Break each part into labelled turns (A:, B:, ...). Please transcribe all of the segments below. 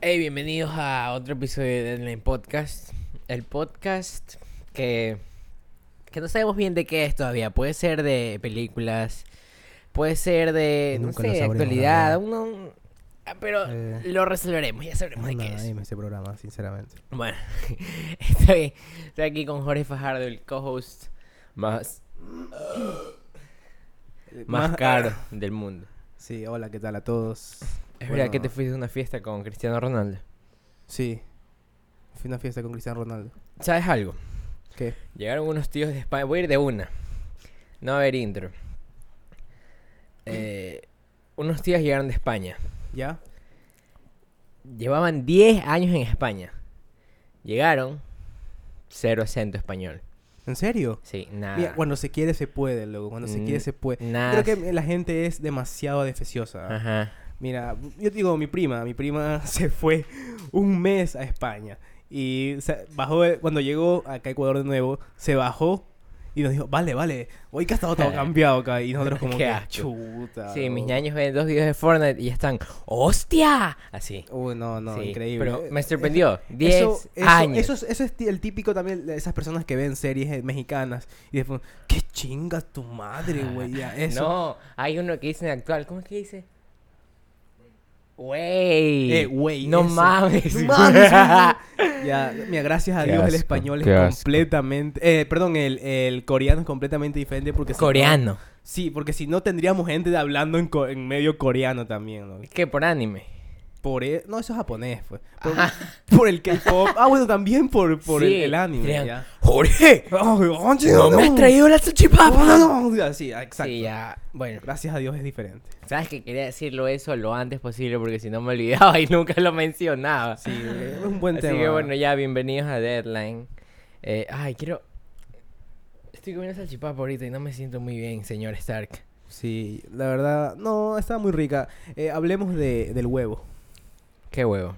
A: Hey, bienvenidos a otro episodio de Deadline Podcast. El podcast que, que no sabemos bien de qué es todavía. Puede ser de películas, puede ser de, no
B: Nunca
A: sé,
B: lo
A: de
B: sabremos, la
A: actualidad.
B: verdad.
A: aún no- ah, pero
B: Eh,
A: lo resolveremos, ya sabremos de
B: No,
A: qué es.
B: dime este programa, sinceramente.
A: Bueno, estoy, estoy aquí con Jorge Fajardo, el co-host más, Eh, más caro del mundo.
B: Sí, hola, ¿qué tal a todos?
A: Es verdad que
B: Bueno,
A: te fuiste a una fiesta con Cristiano Ronaldo.
B: Sí. Fui a una fiesta con Cristiano Ronaldo.
A: ¿Sabes algo?
B: ¿Qué?
A: Llegaron unos tíos de España. Voy a ir de una. No va a haber intro. Eh, unos tíos llegaron de España.
B: ¿Ya?
A: Llevaban 10 años en España. Llegaron. Cero acento español.
B: ¿En serio?
A: Sí, nada.
B: Mira, cuando se quiere se puede, loco. Cuando se quiere
A: Mm,
B: se puede.
A: Nada.
B: Creo que la gente es demasiado defeciosa.
A: Ajá.
B: Mira, yo te digo, mi prima, mi prima se fue un mes a España. Y se bajó, de- cuando llegó acá a Ecuador de nuevo, se bajó y nos dijo, vale, vale, hoy que ha estado todo cambiado acá. Y nosotros como
A: Qué
B: que,
A: asco.
B: chuta.
A: Sí, mis
B: o-
A: ñaños ven dos videos de Fortnite y ya están. ¡Hostia! Así.
B: Uy, no, no,
A: Sí,
B: increíble.
A: Pero
B: Eh,
A: me
B: eh,
A: sorprendió. 10
B: eso- eso-
A: años.
B: Eso es, eso es ti- el típico también de esas personas que ven series eh, mexicanas y después, qué chinga tu madre, güey. ya, Eso.
A: Ah, No, hay uno que dice en actual. ¿Cómo es que dice? Güey.
B: Eh, güey,
A: No
B: eso.
A: mames.
B: No mames, güey. ya, mira, gracias a
A: Qué
B: Dios el
A: asco,
B: español
A: qué
B: es
A: asco.
B: completamente, eh, perdón, el, el coreano es completamente diferente porque si no-
A: Coreano.
B: sí, porque si no tendríamos gente de hablando en, co- en medio coreano también, ¿no?
A: Es que por anime.
B: Por e- no, eso es japonés, pues. Por, por el K-pop. Ah, bueno, también por, por el,
A: Sí,
B: el anime.
A: dirían,
B: ya.
A: ¡Jorge! ¡No me has traído la salchipapa!
B: Sí, exacto.
A: Sí, ya. Bueno,
B: Gracias a Dios es diferente.
A: sabes que quería decirlo eso lo antes posible porque si no me olvidaba y nunca lo mencionaba.
B: Sí, es un buen
A: Así
B: tema.
A: que bueno, ya, bienvenidos a Deadline. Eh, ay, quiero. Estoy comiendo salchipapa ahorita y no me siento muy bien, señor Stark.
B: Sí, la verdad, no, estaba muy rica. Eh, hablemos de, del huevo.
A: Qué huevo.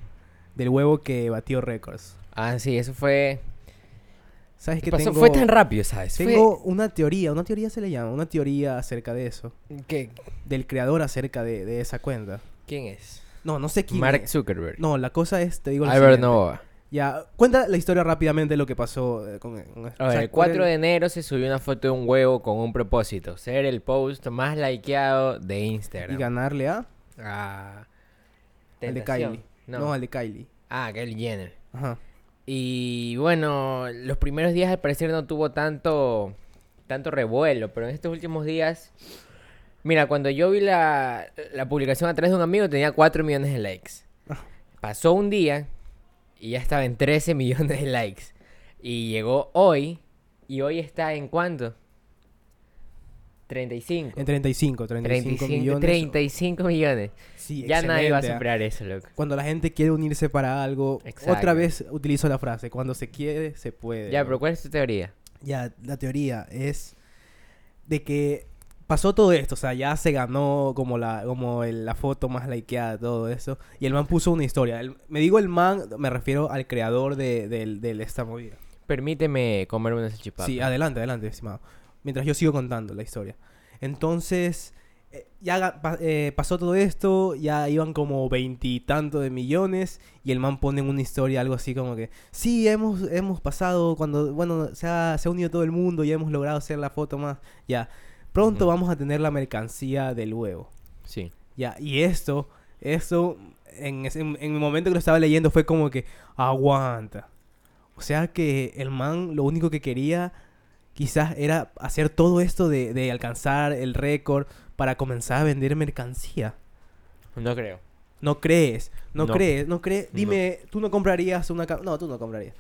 B: Del huevo que batió récords.
A: Ah, sí, eso fue.
B: ¿Sabes qué
A: pasó?
B: tengo?
A: Fue tan rápido, ¿sabes? Fue-
B: Tengo una teoría, una teoría se le llama, una teoría acerca de eso.
A: ¿Qué?
B: Del creador acerca de, de esa cuenta.
A: ¿Quién es?
B: No, no sé quién
A: Mark
B: es.
A: Zuckerberg.
B: No, la cosa es, te digo lo
A: Albert
B: siguiente.
A: Novoa.
B: Ya, cuenta la historia rápidamente de lo que pasó eh, con... con- o
A: A
B: sea,
A: ver, el
B: ¿cuál
A: 4 de
B: era-
A: enero se subió una foto de un huevo con un propósito, ser el post más likeado de
B: Y
A: Instagram.
B: ganarle a...
A: Ah,
B: Al de
A: tentación.
B: Kylie.
A: No.
B: No. al de Kylie.
A: Ah, Kylie Jenner.
B: Ajá.
A: Y bueno, los primeros días al parecer no tuvo tanto, tanto revuelo, pero en estos últimos días, mira, cuando yo vi la, la publicación a través de un amigo tenía 4 millones de likes.
B: Ah.
A: Pasó un día y ya estaba en 13 millones de likes. Y llegó hoy y hoy está en cuánto? 35.
B: En 35, 35,
A: 35
B: millones.
A: 35 millones.
B: Sí,
A: ya nadie va a
B: excelente, ¿ah?
A: superar eso, loco.
B: Cuando la gente quiere unirse para algo,
A: Exacto.
B: otra vez utilizo la frase, cuando se quiere, se puede.
A: Ya,
B: ¿no?
A: pero ¿cuál es tu teoría?
B: Ya, la teoría es de que pasó todo esto, o sea, ya se ganó como la como el- la foto más likeada, todo eso, y el man puso una historia. El- me digo el man, me refiero al creador de, del- del- esta movida.
A: Permíteme comerme una salchipapa.
B: Sí, ah. adelante, adelante, estimado. Mientras yo sigo contando la historia. Entonces, eh, ya ga- pa- eh, pasó todo esto, ya iban como veintitantos de millones y el man pone en una historia algo así como que, sí, hemos, hemos pasado, cuando, bueno, se ha, se ha unido todo el mundo y hemos logrado hacer la foto más, ya, pronto
A: Ujú.
B: vamos a tener la mercancía del huevo.
A: Sí.
B: Ya, y esto, esto, en, ese- en el momento que lo estaba leyendo fue como que, aguanta. O sea que el man lo único que quería quizás era hacer todo esto de, de alcanzar el récord para comenzar a vender mercancía.
A: No creo.
B: No crees, no,
A: No.
B: crees, no crees. Dime, tú no comprarías una... ca- No, tú no comprarías.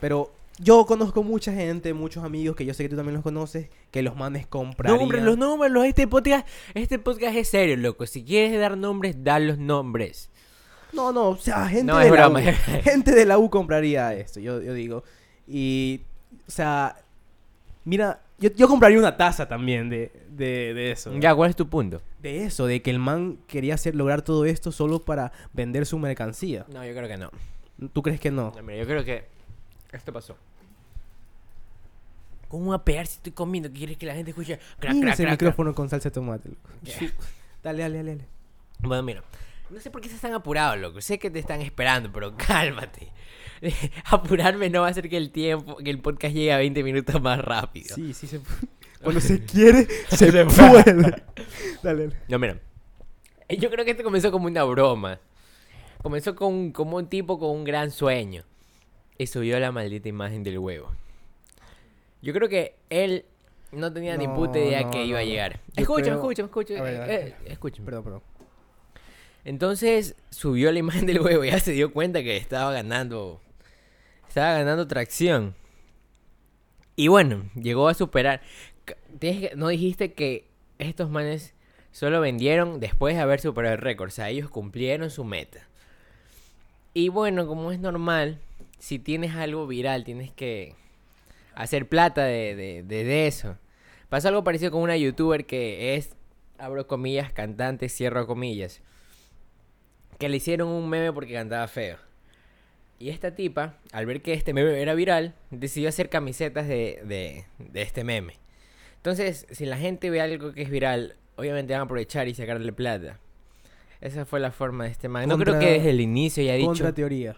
B: Pero yo conozco mucha gente, muchos amigos que yo sé que tú también los conoces, que los manes comprarían...
A: Nómbrelos, nómbrelos. Este podcast, este podcast es serio, loco. Si quieres dar nombres, da los nombres.
B: No, no, o sea, gente
A: No,
B: de
A: es
B: la U.
A: broma.
B: Gente de la U compraría esto, yo, yo digo. Y, o sea, mira, yo, yo compraría una taza también de, de, de eso. ¿no?
A: Ya, ¿cuál es tu punto?
B: De eso, de que el man quería hacer lograr todo esto solo para vender su mercancía.
A: No, yo creo que no.
B: ¿Tú crees que no?
A: No, mira, yo creo que esto pasó. ¿Cómo voy a pegar si estoy comiendo? ¿Qué ¿Quieres que la gente escuche? Crac,
B: Mira
A: crac,
B: ese
A: crac, crac.
B: micrófono con salsa de tomate. loco.
A: Ya.
B: Dale, dale, dale, dale.
A: Bueno, mira. No sé por qué se están apurados, loco. Sé que te están esperando, pero cálmate. Apurarme no va a hacer que el tiempo, que el podcast llegue a 20 minutos más rápido.
B: Sí, sí, se pu- Cuando se quiere, se, puede. Dale, dale.
A: No, mira. Eh, Yo creo que esto comenzó como una broma. Comenzó con como un tipo con un gran sueño. Y subió la maldita imagen del huevo. Yo creo que él no tenía ni
B: No,
A: puta idea
B: no,
A: que iba a
B: no.
A: llegar.
B: Yo
A: Escúchame,
B: creo-
A: escúchame, escúchame.
B: A ver, a ver,
A: eh, eh, escúchame.
B: Perdón, perdón.
A: Entonces subió la imagen del huevo y ya se dio cuenta que estaba ganando. Estaba ganando tracción. Y bueno, llegó a superar. C- tienes que- No dijiste que estos manes solo vendieron después de haber superado el récord. O sea, ellos cumplieron su meta. Y bueno, como es normal, si tienes algo viral, tienes que hacer plata de, de- de- de eso. Pasó algo parecido con una youtuber que es, abro comillas, cantante, cierro comillas que le hicieron un meme porque cantaba feo. Y esta tipa, al ver que este meme era viral, decidió hacer camisetas de, de- de este meme. Entonces, si la gente ve algo que es viral, obviamente van a aprovechar y sacarle plata. Esa fue la forma de este man. No creo
B: Contra-
A: que desde el inicio haya dicho.
B: Contra teoría.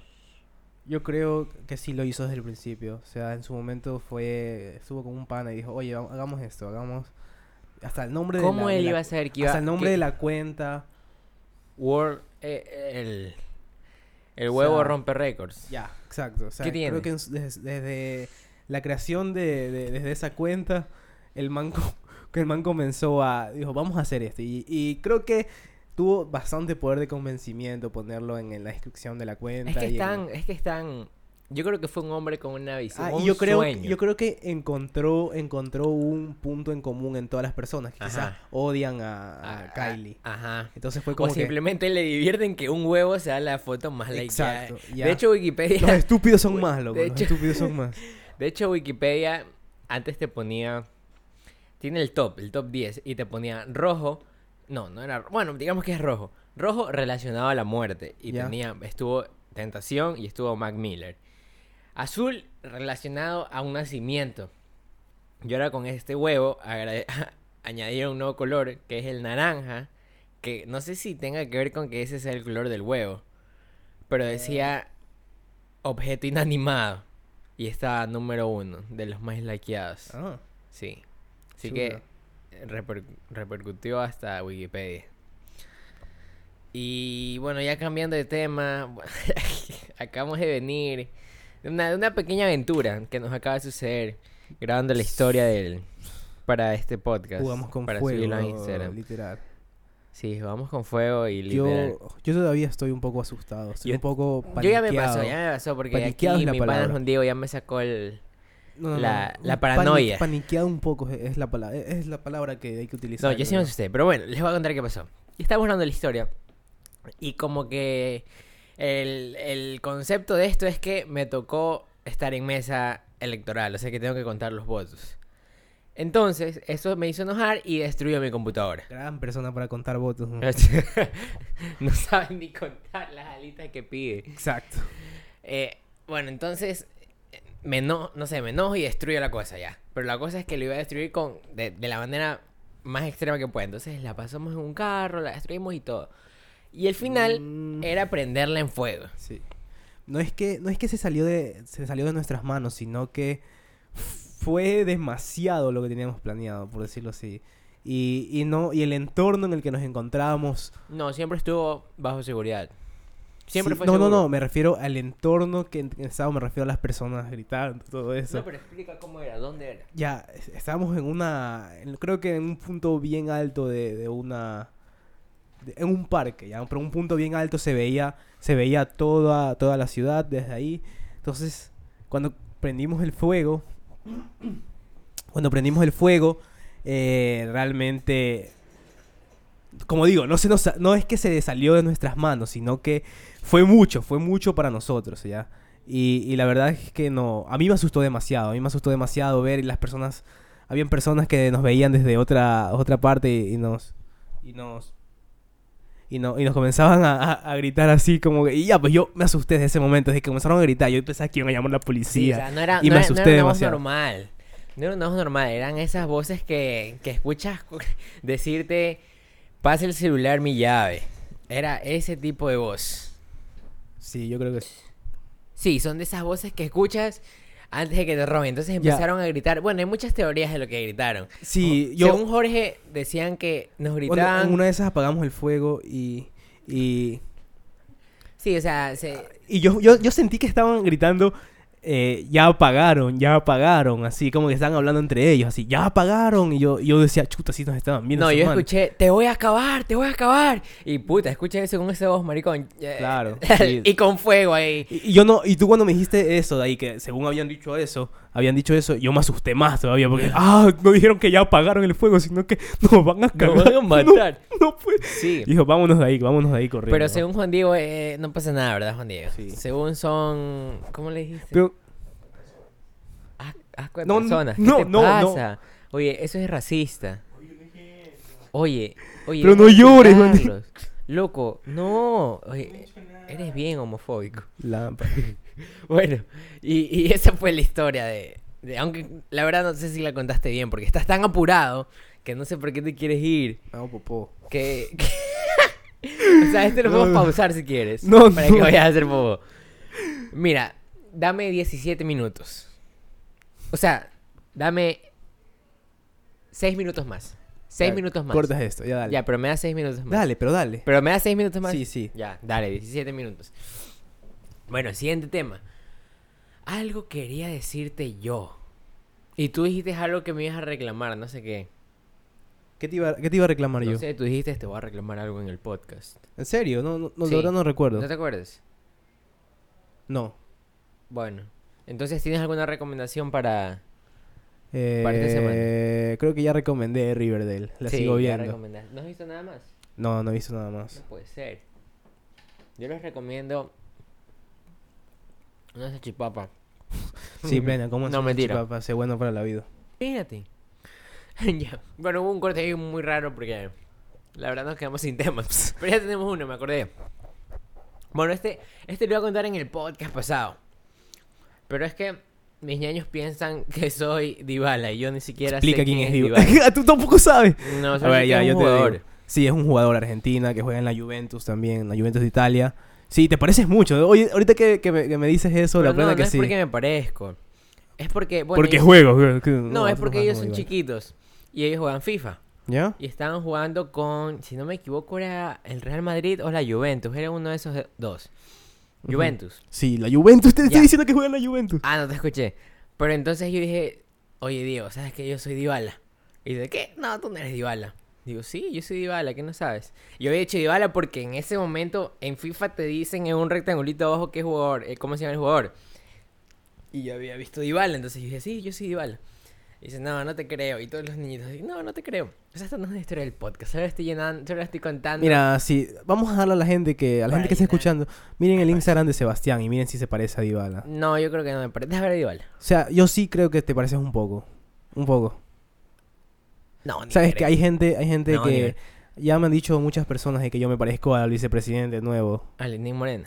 B: Yo creo que sí lo hizo desde el principio. O sea, en su momento fue. Estuvo con un pana y dijo, oye, vamos- hagamos esto, hagamos. Hasta el nombre de
A: ¿Cómo
B: la- de
A: él
B: la-
A: iba a saber que iba
B: Hasta el nombre
A: que
B: de la cuenta.
A: World, eh, el, el
B: O
A: huevo
B: sea,
A: rompe récords?
B: Ya, exacto. O sea,
A: ¿Qué tiene?
B: creo que en su- des- desde, la creación de, de- desde esa cuenta, el man, co- que el man comenzó a... Dijo, vamos a hacer esto. Y, y creo que tuvo bastante poder de convencimiento ponerlo en, en la descripción de la cuenta.
A: Es que
B: y en-
A: están, es que están. Yo creo que fue un hombre con una visión.
B: Ah,
A: un
B: y yo creo,
A: sueño.
B: yo creo que encontró, encontró un punto en común en todas las personas que quizás
A: Ajá.
B: odian a, a
A: Ah, ah,
B: Kylie.
A: Ajá.
B: Entonces fue
A: O
B: como que
A: simplemente le divierten que un huevo sea la foto más likeada.
B: Exacto, ya.
A: De hecho,
B: los
A: Wikipedia.
B: estúpidos son más, loco.
A: de
B: los
A: hecho-
B: estúpidos son más.
A: De hecho, Wikipedia antes te ponía. Tiene el top, el top 10. Y te ponía rojo. No, no era. Bueno, digamos que es rojo. Rojo relacionado a la muerte. Y
B: Ya.
A: tenía. Estuvo Tentación y estuvo Mac Miller. Azul relacionado a un nacimiento. Y ahora con este huevo agrade- añadieron un nuevo color que es el naranja. Que no sé si tenga que ver con que ese sea el color del huevo. Pero
B: Eh.
A: decía objeto inanimado. Y estaba número uno de los más laqueados.
B: Ah,
A: Sí. Así
B: chuta.
A: que reper- repercutió hasta Wikipedia. Y bueno, ya cambiando de tema, acabamos de venir de una, de una pequeña aventura que nos acaba de suceder grabando la historia del para este podcast.
B: jugamos con
A: para subirlo a
B: fuego,
A: Instagram.
B: literal.
A: Sí, jugamos con fuego y literal.
B: Yo, yo todavía estoy un poco asustado, estoy
A: Yo-
B: un poco
A: Yo,
B: paniqueado.
A: ya me pasó, ya me pasó porque aquí
B: Paniqueado es la
A: mi pana
B: palabra.
A: Juan Diego ya me sacó el
B: No, no, no,
A: la-
B: un
A: la paranoia.
B: panique- paniqueado un poco es, es la palabra, es la palabra que hay que utilizar.
A: No, yo sí me asusté, pero bueno, les voy a contar qué pasó. Estábamos hablando de la historia y como que el, el concepto de esto es que me tocó estar en mesa electoral, o sea que tengo que contar los votos. Entonces, eso me hizo enojar y destruyó mi computadora.
B: Gran persona para contar votos. ¿no?
A: no saben ni contar las alitas que pide.
B: Exacto.
A: Eh, bueno, entonces, eh, me eno- no sé, me enojo y destruyo la cosa ya. Pero la cosa es que lo iba a destruir con, de, de la manera más extrema que pueda. Entonces la pasamos en un carro, la destruimos y todo. Y el final eh,
B: Mm.
A: era prenderla en fuego.
B: Sí. No es que no es que se salió de se salió de nuestras manos, sino que fue demasiado lo que teníamos planeado, por decirlo así. Y, y no y el entorno en el que nos encontrábamos
A: No, siempre estuvo bajo seguridad. Siempre
B: sí,
A: fue
B: No, no,
A: seguro.
B: no, me refiero al entorno que en- que estábamos, me refiero a las personas gritando, todo eso.
A: No, pero explica cómo era, dónde era.
B: Ya, es- estábamos en una. en- creo que en un punto bien alto de, de una. de- en un parque, ya. Pero un punto bien alto se veía. Se veía toda, toda la ciudad desde ahí. Entonces, cuando prendimos el fuego. Cuando prendimos el fuego. eh, realmente. Como digo, no, se nos, sa- no es que se salió de nuestras manos, sino que fue mucho, fue mucho para nosotros, ¿ya? Y, y la verdad es que no, a mí me asustó demasiado, a mí me asustó demasiado ver las personas, habían personas que nos veían desde otra, otra parte y, y nos, y nos, y, no, y nos comenzaban a, a- a gritar así como que, y ya, pues yo me asusté desde ese momento, desde que comenzaron a gritar, yo pensaba que iban a llamar a la
A: Sí, o
B: policía.
A: sea, no era,
B: y
A: no
B: me
A: era- no
B: asusté
A: era una voz
B: demasiado.
A: normal. No era una voz normal, eran esas voces que, que escuchas cu- decirte, pasa el celular mi llave. Era ese tipo de voz.
B: Sí, yo creo que sí.
A: Sí, son de esas voces que escuchas antes de que te roben. Entonces empezaron a gritar. Bueno, hay muchas teorías de lo que gritaron.
B: Sí,
A: Como-
B: yo.
A: Según Jorge, decían que nos
B: cuando
A: gritaban.
B: en una de esas apagamos el fuego y. Y,
A: Sí, o sea, se-
B: y yo, yo, yo sentí que estaban gritando. eh, ya apagaron, ya apagaron. Así como que estaban hablando entre ellos. Así, ya apagaron. Y yo, yo decía, chuta, sí nos estaban viendo.
A: No,
B: esos
A: yo
B: manes".
A: escuché, te voy a acabar, te voy a acabar. Y puta, escuché eso con esa voz, maricón. Eh,
B: Claro, sí.
A: y con fuego ahí.
B: Y, y yo no, y tú cuando me dijiste eso de ahí, que según habían dicho eso, habían dicho eso, yo me asusté más todavía porque, ah, no dijeron que ya apagaron el fuego, sino que nos van a cagar.
A: van a matar.
B: No, no puede.
A: Sí.
B: Dijo, vámonos de ahí, vámonos de ahí corriendo.
A: Pero según Juan Diego, eh, no pasa nada, ¿verdad, Juan Diego?
B: Sí.
A: Según son. ¿Cómo le dijiste?
B: Pero-
A: Haz- asco de
B: No, no,
A: personas.
B: no,
A: ¿Qué te
B: no, no.
A: pasa? Oye, eso es racista. Oye, oye.
B: Pero no
A: deja de
B: llores, man.
A: insultarlos. Loco, no. Oye, eres bien homofóbico.
B: Lámpara.
A: Bueno, y, y esa fue la historia de, de- Aunque la verdad no sé si la contaste bien, porque estás tan apurado que no sé por qué te quieres ir.
B: Hago popó.
A: Que. que- o sea, este lo
B: No,
A: podemos
B: no.
A: pausar si quieres.
B: No,
A: Para
B: no.
A: que vayas a hacer bobo. Mira, dame 17 minutos. O sea, dame 6 minutos más. 6
B: Ya,
A: minutos más.
B: Cortas esto, ya dale.
A: Ya, pero me da 6 minutos más.
B: Dale, pero dale.
A: Pero me da 6 minutos más.
B: Sí, sí.
A: Ya, dale, 17 minutos. Bueno, siguiente tema. Algo quería decirte yo. Y tú dijiste algo que me ibas a reclamar, no sé qué.
B: ¿Qué te iba, qué te iba a reclamar yo?
A: No sé, tú dijiste te voy a reclamar algo en el podcast.
B: ¿En serio? No, no, no,
A: Sí.
B: de verdad no recuerdo.
A: ¿No te acuerdas?
B: No.
A: Bueno. Entonces, ¿tienes alguna recomendación para...?
B: Eh,
A: Para esta
B: Creo que ya recomendé Riverdale. La
A: Sí,
B: sigo
A: ya
B: viendo.
A: recomendar- ¿No has visto nada más?
B: No, no he visto nada más.
A: No puede ser. Yo les recomiendo... Una salchipapa.
B: Sí, plena, ¿cómo
A: No,
B: hacer
A: mentira.
B: salchipapa? Sé bueno para la vida.
A: Fíjate. ya. Bueno, hubo un corte ahí muy raro porque la verdad nos quedamos sin temas. Pero ya tenemos uno, me acordé. Bueno, este, este lo iba a contar en el podcast pasado. Pero es que mis niños piensan que soy Dybala y yo ni siquiera
B: Explica
A: sé
B: quién es Dybala. Tú tampoco sabes.
A: No,
B: A ver, ya, yo
A: yo
B: te digo.
A: jugador.
B: Sí, es un jugador argentina que juega en la Juventus también, en la Juventus de Italia. Sí, te pareces mucho. Oye, ahorita que, que me, que me dices eso,
A: Pero
B: la plena
A: no,
B: que
A: no
B: sí.
A: es porque me parezco. Es porque... Bueno,
B: Porque
A: ellos-
B: juego. güey, que-
A: No,
B: no,
A: es
B: tú
A: porque
B: juegas
A: ellos
B: como
A: son
B: Dybala.
A: chiquitos y ellos juegan FIFA.
B: ¿Ya?
A: Y estaban jugando con, si no me equivoco, era el Real Madrid o la Juventus. Era uno de esos de- dos.
B: Ujú.
A: Juventus.
B: Sí, la Juventus. Te
A: Ya.
B: estoy diciendo que juega en la Juventus.
A: Ah, no te escuché. Pero entonces yo dije, oye, Diego, ¿sabes que yo soy Dybala? Y dice, ¿qué? No, tú no eres Dybala. Digo, sí, yo soy Dybala, ¿qué no sabes? Yo había dicho Dybala porque en ese momento en FIFA te dicen en un rectangulito abajo qué jugador, eh, cómo se llama el jugador. Y yo había visto Dybala, entonces yo dije, sí, yo soy Dybala. Y dice, no, no te creo. Y todos los niñitos, dicen, no, no te creo. O sea, esta no es la historia del podcast. Ahora estoy llenando, ahora estoy contando.
B: Mira, sí, vamos a darle a la gente que a la
A: Para
B: gente que está
A: llenar.
B: escuchando, miren el Instagram de Sebastián y miren si se parece a Dybala.
A: No, yo creo que no me parece. Déjame ver a Dybala.
B: O sea, yo sí creo que te pareces un poco. Un poco.
A: No, ni
B: Sabes
A: creo.
B: que hay gente, hay gente
A: No, ni ver.
B: que ya me han dicho muchas personas de que yo me parezco al vicepresidente nuevo.
A: A Lenín Moreno.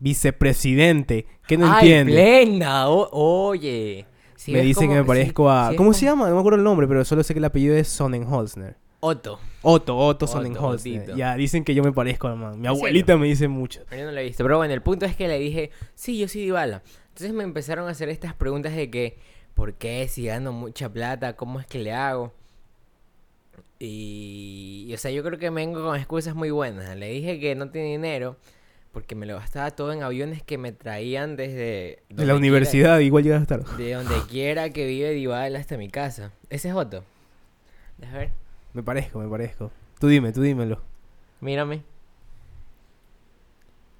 B: Vicepresidente, que no
A: ¡Ay,
B: entiende.
A: plena! o- oye. Si
B: me
A: ves
B: dicen
A: cómo-
B: que me
A: si-
B: parezco a
A: si ves
B: ¿Cómo se llama? No me acuerdo el nombre, pero solo sé que el apellido es Sonnenholzner.
A: Otto.
B: Otto, Otto
A: Otto,
B: Sonnenholzner.
A: Otito.
B: Ya dicen que yo me parezco al man. Mi
A: ¿En
B: abuelita me dice mucho.
A: Yo no lo he visto. Pero bueno, el punto es que le dije, sí, yo soy Dybala. Entonces me empezaron a hacer estas preguntas de que, ¿por qué? Si gano mucha plata, ¿cómo es que le hago? Y, y, o sea, yo creo que me vengo con excusas muy buenas. Le dije que no tiene dinero porque me lo gastaba todo en aviones que me traían desde... donde
B: De
A: quiera-
B: la universidad igual llegas tarde.
A: De donde quiera que vive Dybala hasta mi casa. Ese es Otto. Déjame ver.
B: Me parezco, me parezco. Tú dime, tú dímelo.
A: Mírame.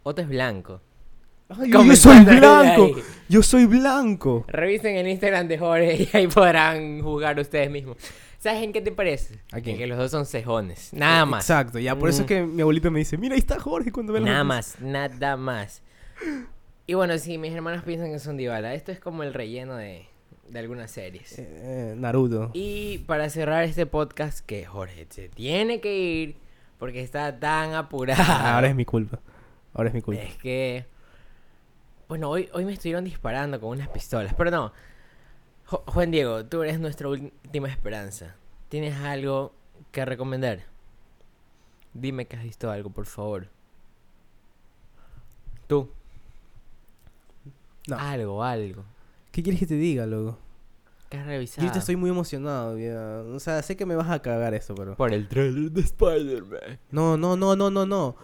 A: Otto es blanco.
B: yo, soy
A: Comenzando desde
B: blanco.
A: ahí.
B: Yo soy blanco.
A: Revisen el Instagram de Jorge y ahí podrán jugar ustedes mismos. ¿Sabes en qué te parece?
B: ¿A quién? Eh,
A: En Que los dos son cejones. Nada más.
B: Exacto, ya por eso es que mi abuelita me dice, "Mira, ahí está Jorge cuando ve las
A: Nada
B: noticias".
A: más, nada más. Y bueno, sí, mis hermanos piensan que son Dybala. Esto es como el relleno de, de algunas series.
B: Eh, eh, Naruto.
A: Y para cerrar este podcast, que Jorge se tiene que ir porque está tan apurado.
B: Ah, Ahora es mi culpa. Ahora es mi culpa.
A: Es que. Bueno, hoy, hoy me estuvieron disparando con unas pistolas, pero no. Jo- Juan Diego, tú eres nuestra última esperanza. ¿Tienes algo que recomendar? Dime que has visto algo, por favor. Tú.
B: No.
A: Algo, algo.
B: ¿Qué quieres que te diga, loco?
A: ¿Qué has
B: Yo
A: revisado?
B: ahorita estoy muy emocionado, ya. O sea, sé que me vas a cagar eso, pero.
A: Por el trailer de Spider-Man.
B: No, no, no, no, no, no.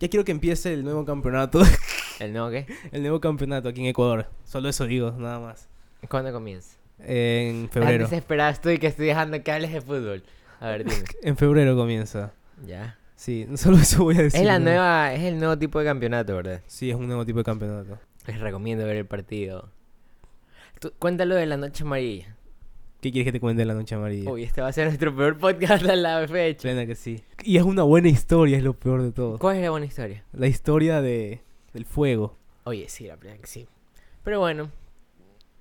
B: Ya quiero que empiece el nuevo campeonato.
A: ¿El nuevo qué?
B: el nuevo campeonato aquí en Ecuador. Solo eso digo, nada más.
A: ¿Cuándo comienza?
B: En
A: Tan
B: febrero.
A: desesperada estoy que estoy dejando que hables de fútbol. A ver, dime.
B: En febrero comienza.
A: ya.
B: Sí, solo eso voy a decir.
A: Es la
B: ¿no?
A: nueva, es el nuevo tipo de campeonato, ¿verdad?
B: Sí, es un nuevo tipo de campeonato.
A: Les recomiendo ver el partido. Tú- cuéntalo de la noche amarilla.
B: ¿Qué quieres que te cuente de la noche amarilla?
A: Uy, este va a ser nuestro peor podcast a la fecha.
B: Plena que sí. Y es una buena historia, es lo peor de todo.
A: ¿Cuál es la buena historia?
B: La historia de del fuego.
A: Oye, sí, la verdad que sí. Pero bueno,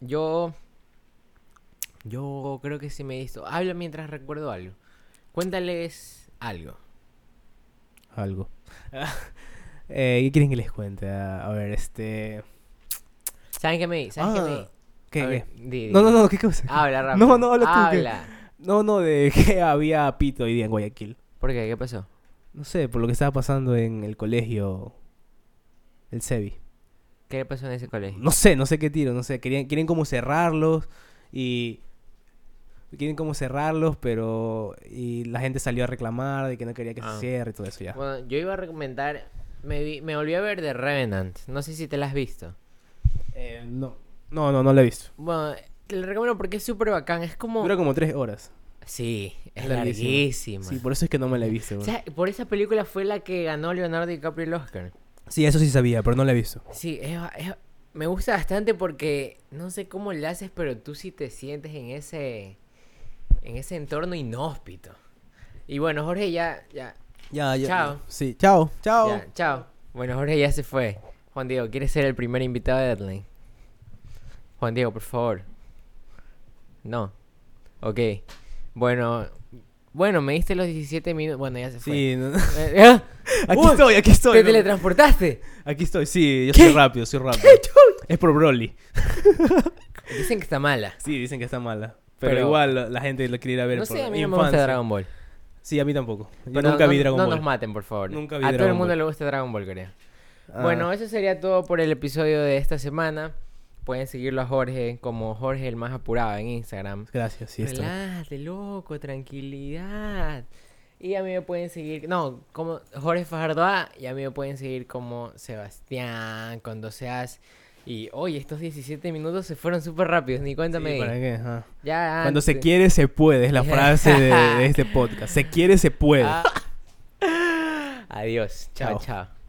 A: yo. Yo creo que sí me hizo. Habla mientras recuerdo algo. Cuéntales algo.
B: Algo. eh, ¿Qué quieren que les cuente? Ah, A ver, este.
A: ¿Saben qué me di? ¿Saben qué me di?
B: Ah, ¿Qué?
A: A
B: qué?
A: ver, eh, ah. di,
B: No,
A: di.
B: no, no, ¿qué cosa?
A: Habla rápido.
B: No, no, habla tú, que-
A: Habla.
B: No, no, de que había pito hoy día en Guayaquil.
A: ¿Por qué? ¿Qué pasó?
B: No sé, por lo que estaba pasando en el colegio. El SEBI.
A: ¿Qué le pasó en ese colegio?
B: No sé, no sé qué tiro, no sé. Querían, quieren como cerrarlos y. Quieren como cerrarlos, pero. Y la gente salió a reclamar de que no quería que
A: Ah.
B: se cierre y todo eso ya.
A: Bueno, yo iba a recomendar. Me, vi- me volví a ver The Revenant. No sé si te la has visto.
B: Eh, no. No, no, no lo he visto.
A: Bueno, te la recomiendo porque es súper bacán. Es como.
B: Dura como tres horas.
A: Sí, es
B: Larguísima.
A: larguísima.
B: Sí, por eso es que no me la he visto.
A: O
B: bro.
A: sea, por esa película fue la que ganó Leonardo DiCaprio el Oscar.
B: Sí, eso sí sabía, pero no la he visto.
A: Sí, es ba- es- me gusta bastante porque no sé cómo le haces, pero tú sí te sientes en ese, en ese entorno inhóspito. Y bueno, Jorge ya, ya,
B: Ya, ya.
A: Chao.
B: Sí, chao, chao.
A: ya, chao. Bueno, Jorge ya se fue. Juan Diego, ¿quieres ser el primer invitado de Deadline? Juan Diego, por favor. No. Ok. Bueno, bueno, me diste los 17 minutos. Bueno, ya se fue.
B: Sí, no-
A: Eh, ah,
B: aquí
A: Uy,
B: estoy, aquí estoy.
A: ¿Te
B: no-
A: teletransportaste?
B: Aquí estoy, sí, yo
A: ¿Qué?
B: soy rápido, soy rápido. Es por Broly.
A: Dicen que está mala.
B: Sí, dicen que está mala. Pero,
A: Pero-
B: igual la, la gente lo quiere ir a ver
A: No
B: por
A: sé, a mí no me
B: infancia.
A: gusta Dragon Ball.
B: Sí, a mí tampoco. Yo
A: Pero
B: nunca
A: no-
B: vi Dragon
A: no
B: Ball.
A: nos maten, por favor.
B: Nunca vi
A: a todo el
B: Dragon
A: mundo
B: Ball.
A: le gusta Dragon Ball, creo.
B: Ah,
A: Bueno, eso sería todo por el episodio de esta semana. Pueden seguirlo a Jorge como Jorge el más apurado en Instagram.
B: gracias, sí está.
A: Relájate, loco, tranquilidad. Y a mí me pueden seguir, no, como Jorge Fajardo A, y a mí me pueden seguir como Sebastián, cuando seas. Y oye, estos 17 minutos se fueron súper rápidos, ni
B: Sí,
A: cuéntame.
B: ¿para qué? Ajá.
A: Ya
B: Cuando se
A: antes-
B: quiere, se puede, es la frase de, de este podcast. Se quiere, se puede.
A: Ah. Adiós, chao.
B: Chao.
A: chao.